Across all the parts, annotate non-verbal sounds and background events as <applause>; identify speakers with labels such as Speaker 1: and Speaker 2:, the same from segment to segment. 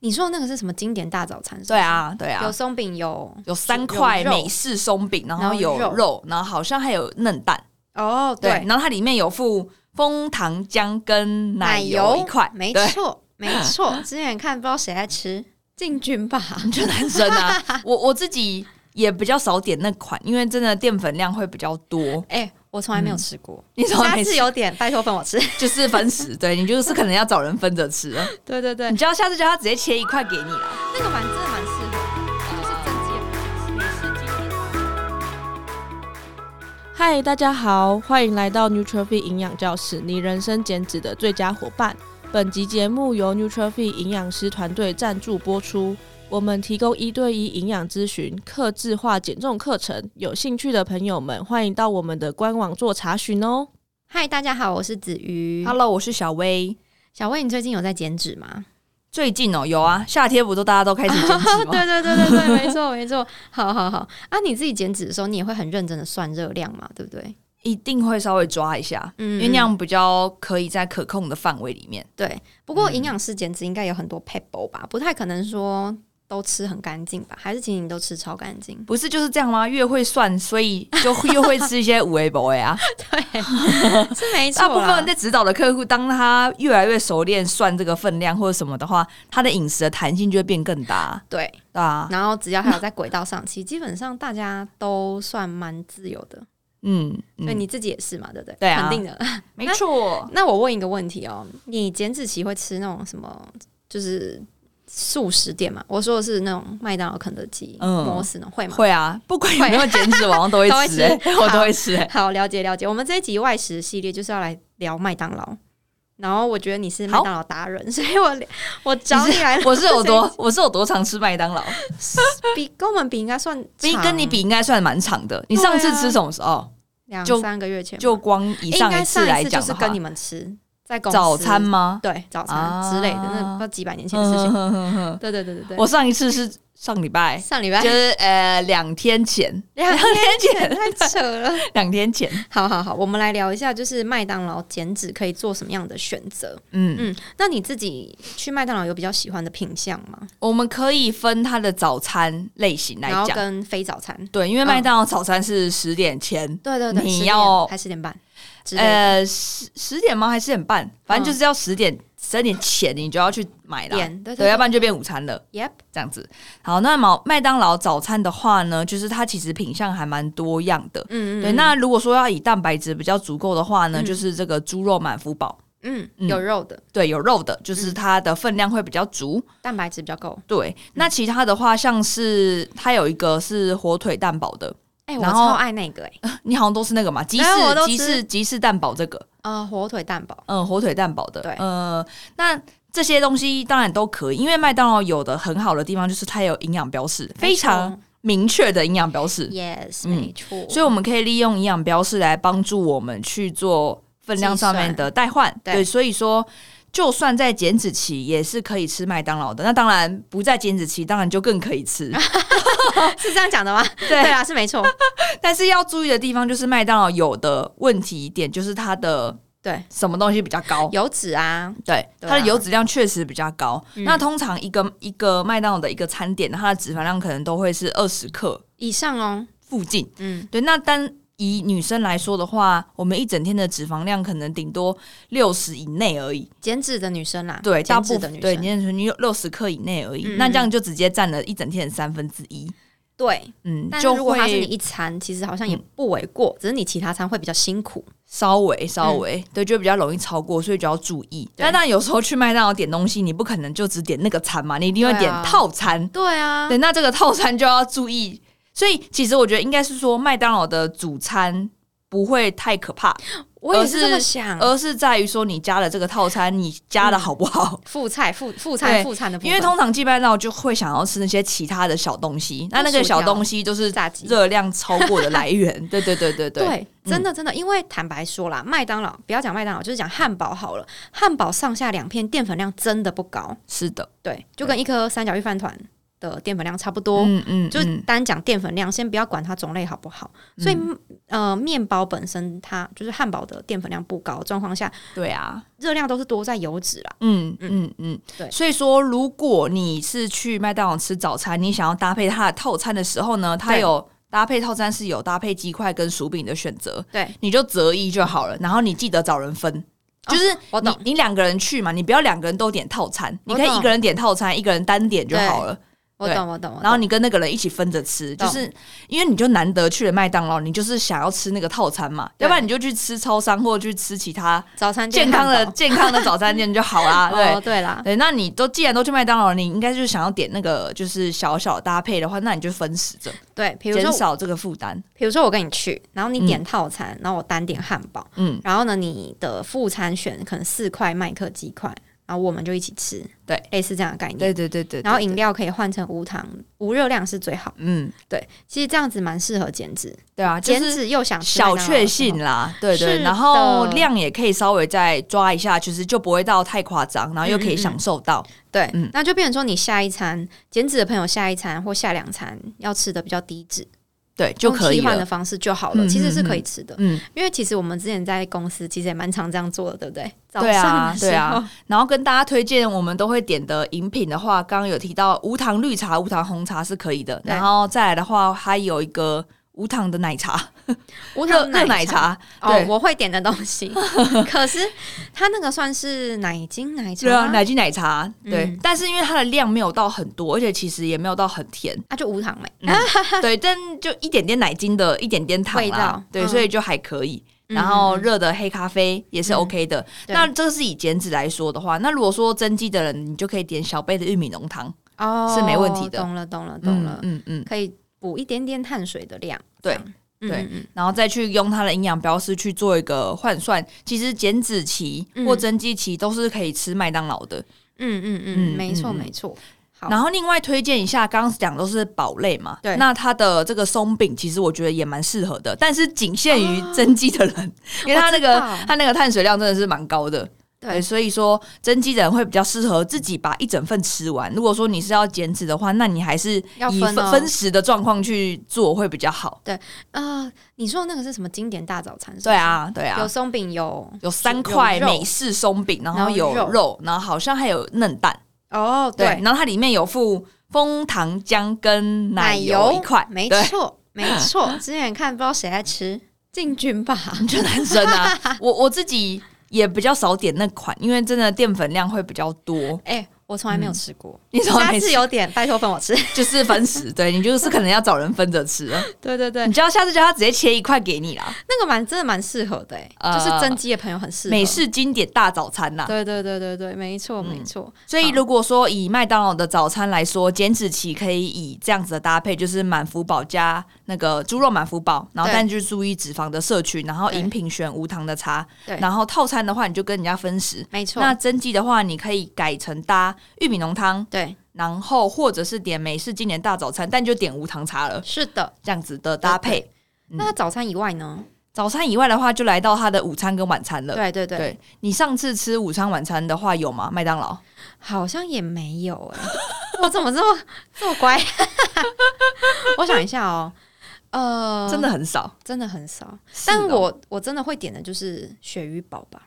Speaker 1: 你说的那个是什么经典大早餐？是不是
Speaker 2: 对，啊，对啊
Speaker 1: 有，松饼，有
Speaker 2: 有三块
Speaker 1: 有肉
Speaker 2: 美式松饼，然
Speaker 1: 然
Speaker 2: 后
Speaker 1: 后
Speaker 2: 有
Speaker 1: 肉
Speaker 2: 肉，然后好像还有嫩蛋，
Speaker 1: 哦，
Speaker 2: 对，
Speaker 1: 对，
Speaker 2: 然后它里面有附枫糖浆跟
Speaker 1: 奶
Speaker 2: 油一块，
Speaker 1: 没
Speaker 2: 对，
Speaker 1: 错，没错。之前看不知道谁在 <laughs> 吃进军吧，
Speaker 2: <laughs> 就男生啊，我我自己也比较少点那款，因为真的淀粉量会比较多，
Speaker 1: 哎、我嗯从来没有吃过，
Speaker 2: 你从来
Speaker 1: 下
Speaker 2: 没
Speaker 1: 次
Speaker 2: 吃
Speaker 1: 有点拜托分我吃。
Speaker 2: 就是分食，对你就是可能要找人分着吃了，
Speaker 1: 对对对
Speaker 2: 你，就要下次叫他直接切一块给你啦。
Speaker 1: <laughs> 那个蛮真的蛮适合的，这就是正经美食经典。
Speaker 3: 嗨，大家好，欢迎来到 Nutrify 营养教室，你人生减脂的最佳伙伴。本集节目由 Nutrify 营养师团队赞助播出。我们提供一对一营养咨询、客制化减重课程，有兴趣的朋友们欢迎到我们的官网做查询哦。
Speaker 1: 嗨，大家好，我是子瑜。
Speaker 2: Hello，我是小薇。
Speaker 1: 小薇，你最近有在减脂吗？
Speaker 2: 最近哦，有啊，夏天不都大家都开始
Speaker 1: <laughs>
Speaker 2: 减脂吗？
Speaker 1: 对对对对对，没错没错。好好好啊，你自己减脂的时候，你也会很认真的算热量嘛，对不对？
Speaker 2: 一定会稍微抓一下，
Speaker 1: 嗯
Speaker 2: 因为那样比较可以在可控的范围里面。
Speaker 1: 对。不
Speaker 2: 嗯
Speaker 1: 过营养师减脂应该有很多 p e b l 吧，不太可能说都吃很干净吧？还是其实你都吃超干
Speaker 2: <laughs>
Speaker 1: 净？
Speaker 2: 不是就是这样吗？越会算，
Speaker 1: <laughs>
Speaker 2: 所以就越会吃一些五 A 博 A 啊。
Speaker 1: 是没
Speaker 2: 大部
Speaker 1: 啦
Speaker 2: 分在指导的客户，当他越来越熟练算这个分量或者什么的话，他的饮食的弹性就会变更大，
Speaker 1: 对，
Speaker 2: 对啊，
Speaker 1: 然后只要还有在轨道上，其实基本上大家都算蛮自由的。
Speaker 2: 嗯，
Speaker 1: 对，
Speaker 2: 嗯
Speaker 1: 你自己也是嘛，对不对？
Speaker 2: 对啊
Speaker 1: 肯定的。 <laughs>
Speaker 2: 没错。
Speaker 1: 那我问一个问题哦，你减脂期会吃那种什么？就是素食店嘛？我说的是那种麦当劳、肯德基、
Speaker 2: 嗯
Speaker 1: 摩斯呢， <laughs> 会吗？
Speaker 2: 会啊，不管有没有减脂，我好像都
Speaker 1: <laughs>
Speaker 2: 会
Speaker 1: 都会
Speaker 2: 吃、
Speaker 1: 吃
Speaker 2: 欸，我都
Speaker 1: 好
Speaker 2: 会 <laughs> 吃、欸。
Speaker 1: <laughs> 好，了解了解。我们这一集外食系列就是要来聊麦当劳，然后我觉得你是麦
Speaker 2: 好
Speaker 1: 当劳达人， <laughs> 所以我我找你来了，
Speaker 2: 我是有
Speaker 1: <laughs>
Speaker 2: 多，我是有多常吃麦当劳，
Speaker 1: 比跟我们比应该算
Speaker 2: 所以
Speaker 1: 长
Speaker 2: 跟你比应该算蛮长
Speaker 1: 啊
Speaker 2: 的。你上次吃什么时候？
Speaker 1: 两
Speaker 2: 就
Speaker 1: 三个月前吧，
Speaker 2: 就光以
Speaker 1: 啊应
Speaker 2: 上
Speaker 1: 该
Speaker 2: 一次来
Speaker 1: 上一次就
Speaker 2: 讲
Speaker 1: 是
Speaker 2: 的
Speaker 1: 跟
Speaker 2: 话
Speaker 1: 你，们吃在公司
Speaker 2: 早餐吗？
Speaker 1: 对早餐
Speaker 2: 啊
Speaker 1: 之类的，那不知道几百年前的事情。
Speaker 2: 情。
Speaker 1: 对对对对对，
Speaker 2: <laughs> 我上一次是上礼拜，
Speaker 1: 上礼拜
Speaker 2: 就是呃两天前，
Speaker 1: <laughs> 两
Speaker 2: 两天前，
Speaker 1: 太扯了。
Speaker 2: 两天前，
Speaker 1: 好好好，我们来聊一下，就是麦当劳减脂可以做什么样的选择？
Speaker 2: 嗯，
Speaker 1: 嗯，那你自己去麦当劳有比较喜欢的品相吗？
Speaker 2: 我们可以分它的早餐类型来
Speaker 1: 然后
Speaker 2: 讲。
Speaker 1: 跟非早餐？
Speaker 2: 对，因为
Speaker 1: 嗯
Speaker 2: 麦当劳早餐是十点前，
Speaker 1: 对对对，
Speaker 2: 你
Speaker 1: 10点
Speaker 2: 要
Speaker 1: 还十点半之类的
Speaker 2: 呃，十十点吗？还是十点半？反正就是要十点、十二点前你就要去买啦。
Speaker 1: 点，对
Speaker 2: 啊对，要不
Speaker 1: 然
Speaker 2: 然就变午餐了，
Speaker 1: ，Yep，
Speaker 2: 这样子。好，那毛麦当劳早餐的话呢，就是它其实品相还蛮多样的。
Speaker 1: 嗯嗯，
Speaker 2: 对，
Speaker 1: 嗯
Speaker 2: 那如果说要以蛋白质比较足够的话呢，
Speaker 1: 嗯
Speaker 2: 就是这个猪肉满福堡，
Speaker 1: 嗯
Speaker 2: 嗯
Speaker 1: 有肉的，
Speaker 2: 对，有肉的，
Speaker 1: 嗯
Speaker 2: 就是它的分量会比较足。
Speaker 1: 蛋白质比较够。
Speaker 2: 对，那其他的话，像是它有一个是火腿蛋堡的， <gasps>
Speaker 1: 哎，我
Speaker 2: 然后
Speaker 1: 超爱那个哎，
Speaker 2: 你好像都是那个嘛，吉
Speaker 1: 对啊我
Speaker 2: 士
Speaker 1: 都
Speaker 2: 吉
Speaker 1: 吃
Speaker 2: 士吉士蛋堡这个，
Speaker 1: 啊，火腿蛋堡，
Speaker 2: 嗯，火腿蛋堡的，
Speaker 1: 对
Speaker 2: 呃，那这些东西当然都可以，因为麦当劳有的很好的地方就是它有营养标示，非常明确的营养标示，
Speaker 1: 没错，yes，
Speaker 2: 嗯
Speaker 1: 没
Speaker 2: <laughs>
Speaker 1: 错，
Speaker 2: 所以我们可以利用营养标示来帮助我们去做分量上面的代换。
Speaker 1: 对
Speaker 2: 对，所以说。就算在减脂期，也是可以吃麦当劳的。那当然不在减脂期，当然就更可以吃。
Speaker 1: 是这样讲的吗？
Speaker 2: 对
Speaker 1: 对啊，是没错，
Speaker 2: 但是要注意的地方就是，麦当劳有的问题点就是它的
Speaker 1: 对，
Speaker 2: 什么东西比较高，
Speaker 1: 油脂啊，
Speaker 2: 对，
Speaker 1: 对
Speaker 2: 它
Speaker 1: 啊
Speaker 2: 的油脂量确实比较高。
Speaker 1: 嗯
Speaker 2: 那通常一个一个麦当劳的一个餐点，它的脂肪量可能都会是二十克
Speaker 1: 以上哦，
Speaker 2: 附近。
Speaker 1: 嗯，
Speaker 2: 对，那单以女生来说的话，我们一整天的脂肪量可能顶多六十以内而已。
Speaker 1: 减脂的女生啦，
Speaker 2: 对，大
Speaker 1: 减
Speaker 2: 部
Speaker 1: 脂的女
Speaker 2: 分对，
Speaker 1: 生，
Speaker 2: 你只你六十克以内而已。
Speaker 1: 嗯
Speaker 2: 那这样就直接占了一整天的三分之一。
Speaker 1: 对，
Speaker 2: 嗯，
Speaker 1: 但是
Speaker 2: 就
Speaker 1: 如果它是你
Speaker 2: 会嗯
Speaker 1: 一餐，其实好像也不为过，只是你其他餐会比较辛苦。
Speaker 2: 稍
Speaker 1: 嗯
Speaker 2: 微稍微、对，就比较容易超过，所以就要注意。但当然有时候去麦当劳点东西，你不可能就只点那个餐嘛，你一定会
Speaker 1: 对
Speaker 2: 点
Speaker 1: 啊
Speaker 2: 套餐。
Speaker 1: 对啊，
Speaker 2: 对，那这个套餐就要注意。所以其实我觉得应该是说，麦当劳的主餐不会太可怕，
Speaker 1: 我也
Speaker 2: 而
Speaker 1: 是
Speaker 2: 是
Speaker 1: 这么想。
Speaker 2: 而是在于说你加了这个套餐，你加的好不好？
Speaker 1: 副菜、副副
Speaker 2: 对
Speaker 1: 菜、副餐的部分，
Speaker 2: <laughs> 因为通常寄麦当劳就会想要吃那些其他的小东西，那那个小东西就是
Speaker 1: 炸鸡
Speaker 2: 热量超过的来
Speaker 1: <laughs>
Speaker 2: 源。对对对对对，
Speaker 1: 对，真的真的，因为坦白说啦，麦当劳不要讲麦当劳，就是讲汉堡好了，汉堡上下两片淀粉量真的不高，
Speaker 2: 是的，
Speaker 1: 对，就跟一颗三角玉饭团的淀粉量差不多。
Speaker 2: 嗯嗯
Speaker 1: 哦就单讲淀粉量，先不要管它种类好不好。所以，呃，面包本身它就是汉堡的淀粉量不高的状况下，
Speaker 2: 对啊，
Speaker 1: 热量都是多在油脂啦。
Speaker 2: 嗯嗯嗯，
Speaker 1: 对
Speaker 2: 所以说，如果你是去麦当劳吃早餐，你想要搭配它的套餐的时候呢，它
Speaker 1: 对
Speaker 2: 有搭配套餐是有搭配鸡块跟薯饼的选择，
Speaker 1: 对，
Speaker 2: 你就择一就好了。然后你记得找人分。
Speaker 1: 哦
Speaker 2: 就是
Speaker 1: 我
Speaker 2: 你
Speaker 1: 懂，
Speaker 2: 你两个人去嘛，你不要两个人都点套餐，你
Speaker 1: 我
Speaker 2: 可以
Speaker 1: 懂
Speaker 2: 一个人点套餐，一个人单点就好了。
Speaker 1: 我懂，我懂。我懂
Speaker 2: 然后你跟那个人一起分着吃，就
Speaker 1: 懂
Speaker 2: 是因为你就难得去了麦当劳，你就是想要吃那个套餐嘛，
Speaker 1: 对
Speaker 2: 要不然你就去吃超商或者去吃其他
Speaker 1: 早餐店
Speaker 2: 健康的
Speaker 1: 汉堡
Speaker 2: 健康的早餐店就好啦。
Speaker 1: <laughs>
Speaker 2: 对、
Speaker 1: 哦，对啦，
Speaker 2: 对，那你都既然都去麦当劳，你应该就是想要点那个就是小小搭配的话，那你就分食着，
Speaker 1: 对，比如
Speaker 2: 减
Speaker 1: 说，
Speaker 2: 少这个负担。
Speaker 1: 比如说我跟你去，然后你
Speaker 2: 嗯
Speaker 1: 点套餐，然后我单点汉堡，
Speaker 2: 嗯，
Speaker 1: 然后呢，你的副餐选可能四块麦克鸡块，然后我们就一起吃，
Speaker 2: 对，
Speaker 1: 类似这样的概念。
Speaker 2: 嗯对对对对。
Speaker 1: 然后
Speaker 2: 对
Speaker 1: 饮，料可以换成无糖、无热量是最好。
Speaker 2: 嗯，
Speaker 1: 其实这样子蛮适合减脂，
Speaker 2: 对啊，就
Speaker 1: 减
Speaker 2: 是
Speaker 1: 脂又想吃麦
Speaker 2: 小
Speaker 1: 当劳的时候
Speaker 2: 确幸啦，对对。
Speaker 1: 是
Speaker 2: 然后
Speaker 1: 的
Speaker 2: 量也可以稍微再抓一下，就是就不会到太夸张，然后又可
Speaker 1: 嗯
Speaker 2: 以
Speaker 1: 嗯嗯
Speaker 2: 享受到。
Speaker 1: 对，
Speaker 2: 嗯
Speaker 1: 那就变成说，你下一餐减脂的朋友下一餐或下两餐要吃的比较低脂，
Speaker 2: 对，就
Speaker 1: 用
Speaker 2: 可以
Speaker 1: 替换的
Speaker 2: 了。
Speaker 1: 方式就好了，
Speaker 2: 嗯
Speaker 1: 其实是
Speaker 2: 嗯
Speaker 1: 可以吃的。
Speaker 2: 嗯，
Speaker 1: 因为其实我们之前在公司其实也蛮常这样做的，对不对？早
Speaker 2: 对啊
Speaker 1: 上的时候，
Speaker 2: 对啊然后跟大家推荐我们都会点的饮品的话，刚刚有提到无糖绿茶、无糖红茶是可以的，
Speaker 1: 对
Speaker 2: 然后再来的话，还有一个无糖的奶茶、
Speaker 1: 无
Speaker 2: 热
Speaker 1: 糖
Speaker 2: 热奶
Speaker 1: 茶，
Speaker 2: 茶，
Speaker 1: 哦
Speaker 2: 对，
Speaker 1: 我会点的东
Speaker 2: <laughs>
Speaker 1: 西。可是它那个算是奶精奶茶
Speaker 2: 对啊，
Speaker 1: 吗，
Speaker 2: 奶精奶茶，对。
Speaker 1: 嗯
Speaker 2: 但是因为它的量没有到很多，而且其实也没有到很
Speaker 1: <laughs>
Speaker 2: 甜，
Speaker 1: 啊就无糖没、
Speaker 2: 嗯对，但就一点点奶精的一点点糖
Speaker 1: 味
Speaker 2: 啦
Speaker 1: 道，
Speaker 2: 对，
Speaker 1: 嗯
Speaker 2: 所以就还可以。
Speaker 1: 嗯
Speaker 2: 然后
Speaker 1: 嗯嗯
Speaker 2: 热的黑咖啡也是
Speaker 1: 嗯
Speaker 2: OK 的。
Speaker 1: 对
Speaker 2: 那这是以减脂来说的话，那如果说增肌的人，你就可以点小杯的玉米浓汤，
Speaker 1: 哦
Speaker 2: 是没问题的
Speaker 1: 懂了，懂了，懂了，
Speaker 2: 嗯嗯嗯，
Speaker 1: 可以补一点点碳水的量。
Speaker 2: 对
Speaker 1: 这样，嗯
Speaker 2: 对
Speaker 1: 嗯嗯
Speaker 2: 然后再去用它的营养标识去做一个换算。其实减脂期
Speaker 1: 嗯
Speaker 2: 或增肌期都是可以吃麦当劳的。
Speaker 1: 嗯嗯
Speaker 2: 嗯
Speaker 1: 嗯，没错
Speaker 2: 嗯嗯
Speaker 1: 没错。好，
Speaker 2: 然后另外推荐一下，刚刚讲都是堡类嘛，
Speaker 1: 对
Speaker 2: 那它的这个松饼其实我觉得也蛮适合的，但是仅限于增肌的
Speaker 1: <laughs>
Speaker 2: 人，因为它
Speaker 1: 啊
Speaker 2: 那
Speaker 1: 我
Speaker 2: 个
Speaker 1: 知道
Speaker 2: 它那个碳水量真的是蛮高的。
Speaker 1: 对
Speaker 2: 所以说增肌的人会比较适合自己把一整份吃完。如果说你是要减脂的话，那你还是
Speaker 1: 要
Speaker 2: 以
Speaker 1: 分哦
Speaker 2: 分食的状况去做会比较好。
Speaker 1: 啊、你说的那个是什么经典大早餐是不是
Speaker 2: 对，啊，对啊，
Speaker 1: 有松饼有
Speaker 2: 有三块
Speaker 1: 有肉
Speaker 2: 美式松饼，然后
Speaker 1: 然后
Speaker 2: 有
Speaker 1: 肉
Speaker 2: 肉，然后好像还有嫩蛋，
Speaker 1: 哦，
Speaker 2: 对，然后它里面有附枫糖浆跟奶
Speaker 1: 奶
Speaker 2: 油一块，
Speaker 1: 没
Speaker 2: 对， <laughs>
Speaker 1: 错没错。之前看不知道谁在吃进军
Speaker 2: <laughs>
Speaker 1: 吧，
Speaker 2: 就男生
Speaker 1: <laughs>
Speaker 2: 啊，我我自己也比较少点那款，因为真的淀粉量会比较多。
Speaker 1: 哎、我从来没有吃过，
Speaker 2: 你从
Speaker 1: 下
Speaker 2: 来没
Speaker 1: 次
Speaker 2: 吃，
Speaker 1: 有点拜托分我吃。
Speaker 2: 就是
Speaker 1: <laughs>
Speaker 2: 分食，对你就是可能要找人分着吃了。
Speaker 1: 对对对
Speaker 2: 你，就要下次叫他直接切一块给你啦，
Speaker 1: 那个蛮真的蛮适合的、哎，
Speaker 2: 呃
Speaker 1: 就是增肌的朋友很适合。
Speaker 2: 美式啊嗯经典大早餐呐。
Speaker 1: 对对对对对，没错没错。
Speaker 2: 所以，如果说以麦当劳的早餐来说，减脂期可以以这样子的搭配，就是满福堡加那个猪肉满福堡，然后
Speaker 1: 对
Speaker 2: 但就是注意脂肪的摄取，然后
Speaker 1: 对
Speaker 2: 饮品选无糖的茶，
Speaker 1: 对
Speaker 2: 然后套餐的话你就跟人家分食。
Speaker 1: 没错，
Speaker 2: 那增肌的话，你可以改成搭玉米浓汤，
Speaker 1: 对，
Speaker 2: 然后或者是点美式经典大早餐，但就点无糖茶了，
Speaker 1: 是的。
Speaker 2: 这样子的搭配。嗯
Speaker 1: 那早餐以外呢？
Speaker 2: 早餐以外的话，就来到它的午餐跟晚餐了。
Speaker 1: 对对对，
Speaker 2: 呃对你上次吃午餐晚餐的话有吗？麦当劳？
Speaker 1: 好像也没有哎、我怎么这么这么乖？ <laughs> 我想一下哦，呃，
Speaker 2: 真的很少。
Speaker 1: 真的很少。
Speaker 2: 是
Speaker 1: 但
Speaker 2: 哦
Speaker 1: 我我真的会点的就是鳕鱼堡吧，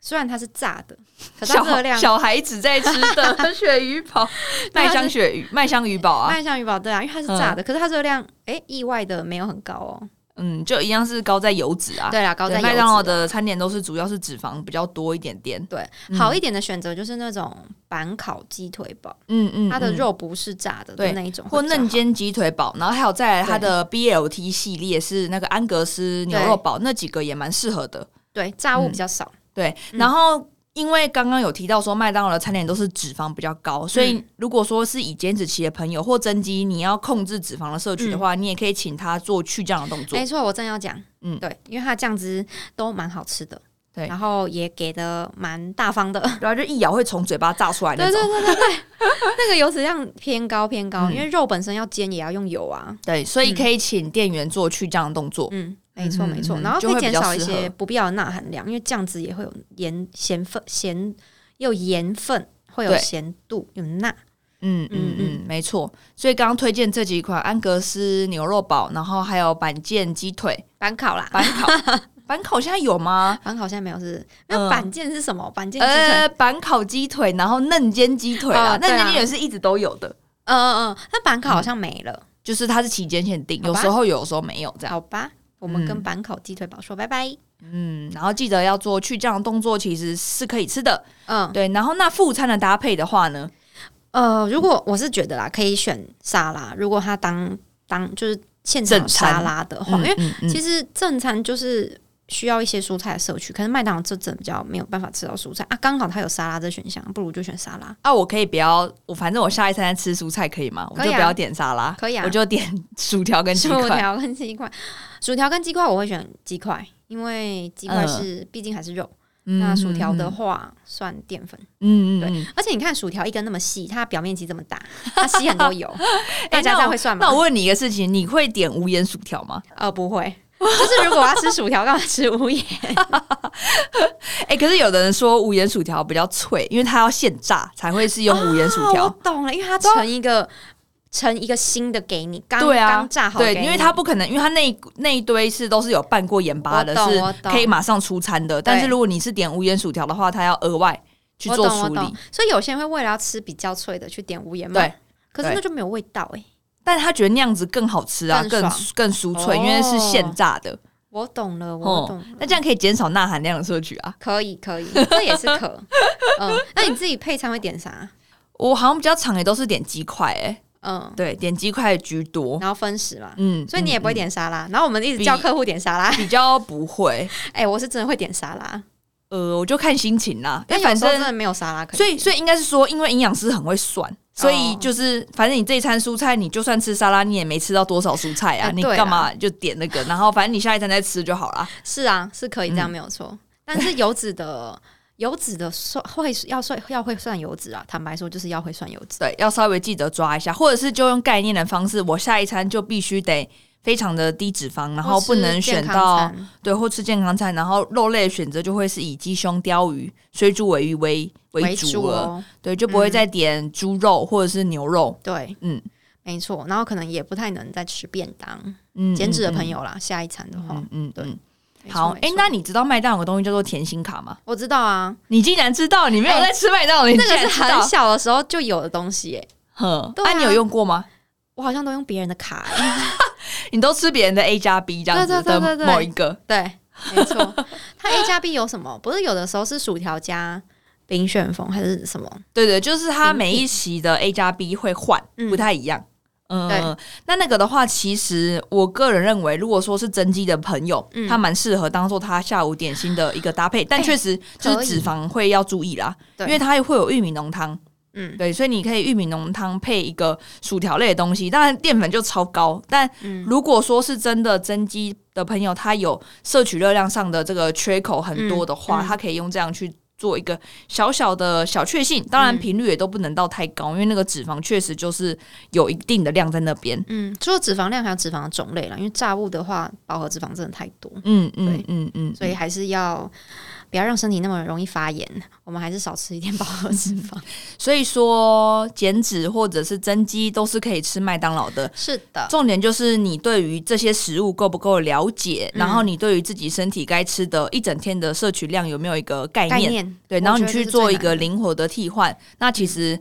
Speaker 1: 虽然它是炸的，可是
Speaker 2: 小
Speaker 1: 它热量啊
Speaker 2: 小孩子在吃的鳕鱼
Speaker 1: <laughs>
Speaker 2: 堡，麦香鳕鱼麦香鱼堡啊，
Speaker 1: 麦香鱼堡对啊，因为它是炸的，可是它热量哎、诶意外的没有很高哦。
Speaker 2: 嗯，就一样是高在油脂啊。
Speaker 1: 对啦，高
Speaker 2: 对，
Speaker 1: 在油
Speaker 2: 麦当劳
Speaker 1: 脂
Speaker 2: 的餐点都是主要是脂肪比较多一点点。
Speaker 1: 对
Speaker 2: 嗯
Speaker 1: 好一点的选择就是那种板烤鸡腿堡，
Speaker 2: 嗯嗯，
Speaker 1: 它的
Speaker 2: 嗯
Speaker 1: 肉不是炸的
Speaker 2: 对
Speaker 1: 的那一种，
Speaker 2: 或嫩
Speaker 1: 煎。
Speaker 2: 煎鸡腿堡，然后还有再来它的 BLT 系列是那个安格斯牛肉堡，那几个也蛮适合的。
Speaker 1: 对炸物
Speaker 2: 嗯
Speaker 1: 比较少。
Speaker 2: 对，
Speaker 1: 嗯
Speaker 2: 然后因为刚刚有提到说麦当劳的餐点都是脂肪比较高，所
Speaker 1: 嗯
Speaker 2: 以如果说是以减脂期的朋友或增肌，你要控制脂肪的摄取的
Speaker 1: 嗯
Speaker 2: 话，你也可以请他做去酱的动作
Speaker 1: 没。错，我正要讲，
Speaker 2: 嗯
Speaker 1: 嗯，对，因为它的酱汁都蛮好吃的，
Speaker 2: 对
Speaker 1: 然后也给的蛮大方的，
Speaker 2: 然后就一咬会从嘴巴炸出来那
Speaker 1: 对对
Speaker 2: 种，
Speaker 1: 对对对， <laughs> 那个油脂量偏高偏高，
Speaker 2: 嗯
Speaker 1: 因为肉本身要煎也要用油啊，
Speaker 2: 对，所以可以请店员做去酱的动作。
Speaker 1: 嗯，没错
Speaker 2: 嗯
Speaker 1: 没错，
Speaker 2: 嗯
Speaker 1: 然后
Speaker 2: 就
Speaker 1: 可
Speaker 2: 会
Speaker 1: 以
Speaker 2: 比
Speaker 1: 减
Speaker 2: 较
Speaker 1: 少一
Speaker 2: 适合
Speaker 1: 些不必要的钠含量，因为酱汁也会有盐咸分咸，又有盐分，会有
Speaker 2: 对
Speaker 1: 咸度，有钠，
Speaker 2: 嗯嗯
Speaker 1: 嗯
Speaker 2: 嗯，没错。所以刚刚推荐这几款安格斯牛肉堡，然后还有板腱鸡腿、
Speaker 1: 板烤啦，
Speaker 2: 板烤。 <laughs> 板烤现在有吗？
Speaker 1: 板烤现在没有是，那
Speaker 2: 嗯
Speaker 1: 板腱是什么？板腱鸡
Speaker 2: 呃
Speaker 1: 腿，，
Speaker 2: 板烤鸡腿，然后嫩煎鸡腿啊，
Speaker 1: 哦对
Speaker 2: 嫩
Speaker 1: 啊
Speaker 2: 煎鸡腿是一直都有的，
Speaker 1: 嗯嗯嗯，那板烤好像没了，
Speaker 2: 就是它是期间限定，
Speaker 1: 好
Speaker 2: 有
Speaker 1: 吧
Speaker 2: 时候有，有时候没有这样。
Speaker 1: 好吧，我们
Speaker 2: 嗯
Speaker 1: 跟板烤鸡腿堡说拜拜。
Speaker 2: 嗯，然后记得要做去酱的动作，其实是可以吃的。
Speaker 1: 嗯，
Speaker 2: 对，然后那副餐的搭配的话呢，
Speaker 1: 呃，如果我是觉得啦，可以选沙拉，如果它当当就是现
Speaker 2: 正
Speaker 1: 场
Speaker 2: 餐嗯
Speaker 1: 沙拉的话，因为其实正餐就是需要一些蔬菜的摄取，可是麦当劳这阵比较没有办法吃到蔬菜啊，刚好它有沙拉这选项，不如就选沙拉。
Speaker 2: 啊，我可以不要，我反正我下一餐吃蔬菜可以吗？我
Speaker 1: 可以啊
Speaker 2: 就不要点沙拉，
Speaker 1: 可以啊
Speaker 2: 我就点薯条跟鸡
Speaker 1: 薯
Speaker 2: 块。
Speaker 1: 条跟鸡块，薯条跟鸡块我会选鸡块，因为鸡块
Speaker 2: 嗯
Speaker 1: 是毕竟还是肉，
Speaker 2: 嗯
Speaker 1: 那薯条的，话算淀粉。
Speaker 2: 嗯嗯
Speaker 1: 对
Speaker 2: 嗯，
Speaker 1: 而且你看薯条一根那么细，它表面积这么大，它吸很
Speaker 2: <laughs>
Speaker 1: 多油，大家
Speaker 2: 那
Speaker 1: 这
Speaker 2: 我
Speaker 1: 样会算吗？
Speaker 2: 哎那我问你一个事情，你会点无盐薯条吗？
Speaker 1: 呃不会， <laughs> 就是如果我要吃薯条，干嘛吃无盐？
Speaker 2: 哎、可是有的人说无盐薯条比较脆，因为它要现炸才会是用无盐薯条。
Speaker 1: 哦我懂了，因为它盛一个盛一个新的给你，刚
Speaker 2: 对啊
Speaker 1: 刚炸好
Speaker 2: 对，
Speaker 1: 给
Speaker 2: 因为
Speaker 1: 你
Speaker 2: 它不可能，因为它那一那一堆是都是有拌过盐巴的，
Speaker 1: 我懂我
Speaker 2: 是
Speaker 1: 懂
Speaker 2: 可以马上出餐的。但是如果你是点无盐薯条的话，它要额外去
Speaker 1: 我
Speaker 2: 做
Speaker 1: 懂我
Speaker 2: 处
Speaker 1: 懂
Speaker 2: 理。，
Speaker 1: 所以有些人会为了要吃比较脆的去点无盐嘛，
Speaker 2: 对，
Speaker 1: 可是
Speaker 2: 对
Speaker 1: 那就没有味道哎、
Speaker 2: 但他觉得那样子更好吃啊，
Speaker 1: 更
Speaker 2: 更
Speaker 1: 爽
Speaker 2: 更酥
Speaker 1: 哦
Speaker 2: 脆，因为是现炸的。
Speaker 1: 我懂了，我懂
Speaker 2: 哦
Speaker 1: 了，
Speaker 2: 那这样可以减少钠含量的摄取啊。
Speaker 1: 可以可以，这也是
Speaker 2: <laughs>
Speaker 1: 可。嗯，那你自己配餐会点啥？
Speaker 2: 我好像比较常也都是点鸡块，哎，
Speaker 1: 嗯，
Speaker 2: 对，点鸡块居多。
Speaker 1: 然后分食嘛。
Speaker 2: 嗯，
Speaker 1: 所以你也不会
Speaker 2: 嗯
Speaker 1: 点沙拉，然后我们一直叫客户点沙拉。
Speaker 2: 嗯比较不会，
Speaker 1: <laughs> 哎、我是真的会点沙拉，
Speaker 2: 呃，我就看心情啦。
Speaker 1: 但
Speaker 2: <laughs> 但
Speaker 1: 有
Speaker 2: 反
Speaker 1: 时候真
Speaker 2: 正，
Speaker 1: 的没有沙拉可以。哦
Speaker 2: 所以所以应该是说，因为营养师很会算，所以就是反正你这一餐蔬菜，你就算吃沙拉，你也没吃到多少蔬菜啊，
Speaker 1: 哎
Speaker 2: 你
Speaker 1: 对啦
Speaker 2: 干嘛就点那个？然后反正你下一餐再吃就好啦。
Speaker 1: 是啊，是可以这样
Speaker 2: 嗯
Speaker 1: 没有错，但是油脂的油脂的算会要算要会算油脂啊，坦白说就是要会算油脂。
Speaker 2: 对，要稍微记得抓一下，或者是就用概念的方式，我下一餐就必须得非常的低脂肪，然后不能选
Speaker 1: 或吃健
Speaker 2: 到
Speaker 1: 康餐
Speaker 2: 对或吃健康餐，然后肉类的选择就会是以鸡胸、鲷鱼、水煮尾鱼为为
Speaker 1: 为
Speaker 2: 主啊
Speaker 1: 主
Speaker 2: 了，
Speaker 1: 哦，
Speaker 2: 对，就不会再点猪肉或者是牛肉。
Speaker 1: 对，
Speaker 2: 嗯
Speaker 1: 没错。然后可能也不太能再吃便当，
Speaker 2: 嗯，
Speaker 1: 减脂的朋
Speaker 2: 友，
Speaker 1: 友啦，下一餐的话，
Speaker 2: 嗯嗯，
Speaker 1: 对
Speaker 2: 嗯
Speaker 1: 没错
Speaker 2: 好，
Speaker 1: 没
Speaker 2: 哎、
Speaker 1: 错
Speaker 2: 那你知道麦当劳有个东西叫做甜心卡吗？
Speaker 1: 我知道啊，
Speaker 2: 你竟然知道，你没有
Speaker 1: 哎
Speaker 2: 在吃麦当劳，你
Speaker 1: 那个
Speaker 2: 竟
Speaker 1: 是
Speaker 2: 然知道
Speaker 1: 很，小的时候就有的东西耶、
Speaker 2: 哼，
Speaker 1: 对啊
Speaker 2: 啊你有用过吗？
Speaker 1: 我好像都用别人的卡、欸，
Speaker 2: 你都吃别人的 A 加 B 这样子
Speaker 1: 对对对
Speaker 2: 的
Speaker 1: 对对
Speaker 2: 某一个，
Speaker 1: 对，没
Speaker 2: <laughs>
Speaker 1: 错。它 A 加 B 有什么？不是有的时候是薯条加冰旋风还是什么？
Speaker 2: 对对，就是它
Speaker 1: 饮
Speaker 2: 每一期的 A 加 B 会换，
Speaker 1: 嗯
Speaker 2: 不太一样。嗯，
Speaker 1: 对
Speaker 2: 那那个的话，其实我个人认为，如果说是增肌的朋友，
Speaker 1: 嗯
Speaker 2: 他蛮适合当做他下午点心的一个搭配，但
Speaker 1: 哎
Speaker 2: 确实就
Speaker 1: 可
Speaker 2: 是
Speaker 1: 以
Speaker 2: 脂肪会要注意啦，
Speaker 1: 对
Speaker 2: 因为它会有玉米浓汤，
Speaker 1: 嗯
Speaker 2: 对，所以你可以玉米浓汤配一个薯条类的东西，当然淀粉就超高，但
Speaker 1: 嗯，
Speaker 2: 如果说是真的增肌的朋友，他有摄取热量上的这个缺口很多的话，
Speaker 1: 嗯嗯
Speaker 2: 他可以用这样去做一个小小的小确幸。当然，
Speaker 1: 嗯
Speaker 2: 频率也都不能到太高，因为那个脂肪确实就是有一定的量在那边。
Speaker 1: 嗯，除了脂肪量，还有脂肪的种类啦。因为炸物的话，饱和脂肪真的太多，
Speaker 2: 嗯嗯
Speaker 1: 对
Speaker 2: 嗯嗯，
Speaker 1: 所以还是要不要让身体那么容易发炎。我们还是少吃一点饱和脂肪。
Speaker 2: <laughs> 所以说减脂或者是增肌都是可以吃麦当劳的。
Speaker 1: 是的，
Speaker 2: 重点就是你对于这些食物够不够了解，
Speaker 1: 嗯
Speaker 2: 然后你对于自己身体该吃的一整天的摄取量有没有一个概
Speaker 1: 概
Speaker 2: 念？
Speaker 1: 念
Speaker 2: 对，
Speaker 1: 我
Speaker 2: 然后你
Speaker 1: 觉得
Speaker 2: 去
Speaker 1: 这是
Speaker 2: 做
Speaker 1: 最
Speaker 2: 一个
Speaker 1: 难的嗯
Speaker 2: 灵活的替换，那其实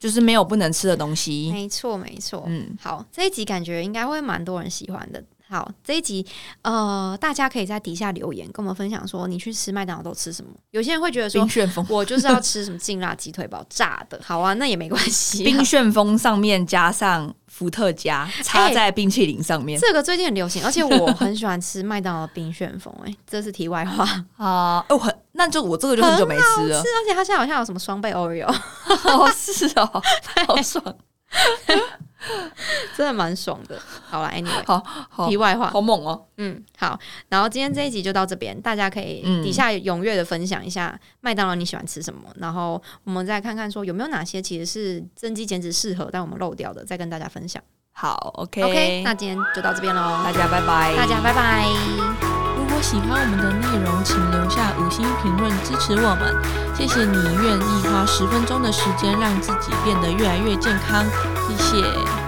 Speaker 2: 就是没有不能吃的东西。
Speaker 1: 没错没错。
Speaker 2: 嗯，
Speaker 1: 好，这一集感觉应该会蛮多人喜欢的。好，这一集呃，大家可以在底下留言跟我们分享说你去吃麦当劳都吃什么。有些人会觉得说
Speaker 2: 冰
Speaker 1: <laughs>
Speaker 2: 旋风，
Speaker 1: 我就是要吃什么劲辣鸡腿堡炸的，好啊，那也没关系啊、
Speaker 2: 冰旋风上面加上伏特加，插
Speaker 1: 哎
Speaker 2: 在冰淇淋上面
Speaker 1: 这个最近很流行，而且我很喜欢吃麦当劳冰旋风、哎，这是题外话。是，
Speaker 2: 啊。哎我很，那就我这个就很久没吃了。
Speaker 1: 而且它现在好像有什么双倍 Oreo， <laughs>
Speaker 2: 哦，是 <laughs> 哦，好爽，
Speaker 1: 真的蛮爽的。好啦 a n y w a y
Speaker 2: 好好
Speaker 1: 题外话，
Speaker 2: 好猛哦。
Speaker 1: 嗯，好。然后今天这一集就到这边，大家可以
Speaker 2: 嗯
Speaker 1: 底下踊跃的分享一下麦当劳你喜欢吃什么，然后我们再看看说有没有哪些其实是增肌减脂适合但我们漏掉的，再跟大家分享。
Speaker 2: 好
Speaker 1: OK，
Speaker 2: ，OK，
Speaker 1: 那今天就到这边喽
Speaker 2: 大，家拜拜，
Speaker 1: 大家拜拜。
Speaker 2: 如果
Speaker 3: 喜欢我们的内容，请留下五星评论支持我们。谢谢你愿意花十分钟的时间让自己变得越来越健康，谢谢。